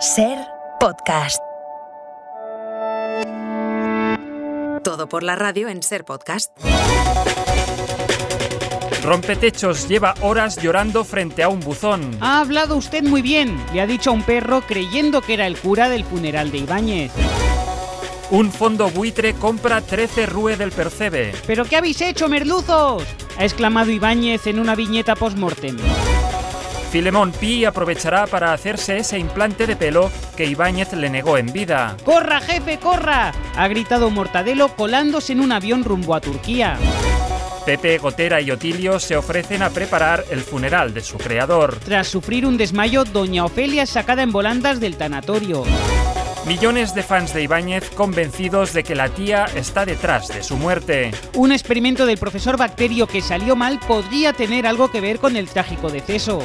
Ser podcast. Todo por la radio en Ser podcast. Rompetechos lleva horas llorando frente a un buzón. Ha hablado usted muy bien, le ha dicho a un perro creyendo que era el cura del funeral de Ibáñez. Un fondo buitre compra 13 rue del Percebe. ¿Pero qué habéis hecho, merluzos? ha exclamado Ibáñez en una viñeta post-mortem. Filemón Pi aprovechará para hacerse ese implante de pelo que Ibáñez le negó en vida. ¡Corra, jefe, corra! ha gritado Mortadelo colándose en un avión rumbo a Turquía. Pepe, Gotera y Otilio se ofrecen a preparar el funeral de su creador. Tras sufrir un desmayo, doña Ofelia es sacada en volandas del tanatorio. Millones de fans de Ibáñez convencidos de que la tía está detrás de su muerte. Un experimento del profesor Bacterio que salió mal podría tener algo que ver con el trágico deceso.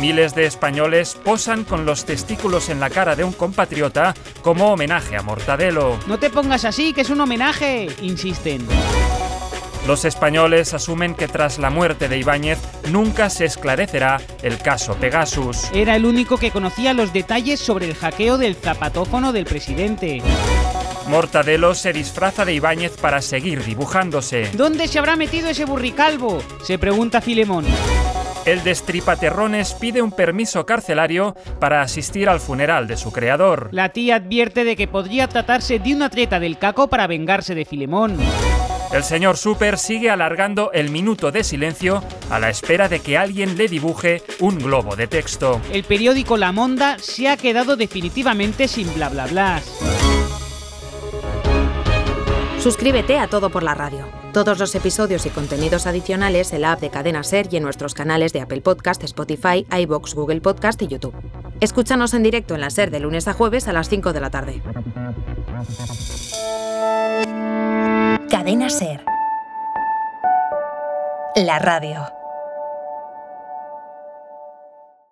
Miles de españoles posan con los testículos en la cara de un compatriota como homenaje a Mortadelo. No te pongas así, que es un homenaje, insisten. Los españoles asumen que tras la muerte de Ibáñez nunca se esclarecerá el caso Pegasus. Era el único que conocía los detalles sobre el hackeo del zapatófono del presidente. Mortadelo se disfraza de Ibáñez para seguir dibujándose. ¿Dónde se habrá metido ese burricalvo? se pregunta Filemón. El destripaterrones pide un permiso carcelario para asistir al funeral de su creador. La tía advierte de que podría tratarse de una treta del caco para vengarse de Filemón. El señor Super sigue alargando el minuto de silencio a la espera de que alguien le dibuje un globo de texto. El periódico La Monda se ha quedado definitivamente sin bla bla bla. Suscríbete a Todo por la radio. Todos los episodios y contenidos adicionales en la app de Cadena Ser y en nuestros canales de Apple Podcast, Spotify, iBox, Google Podcast y YouTube. Escúchanos en directo en la Ser de lunes a jueves a las 5 de la tarde. Cadena Ser. La radio.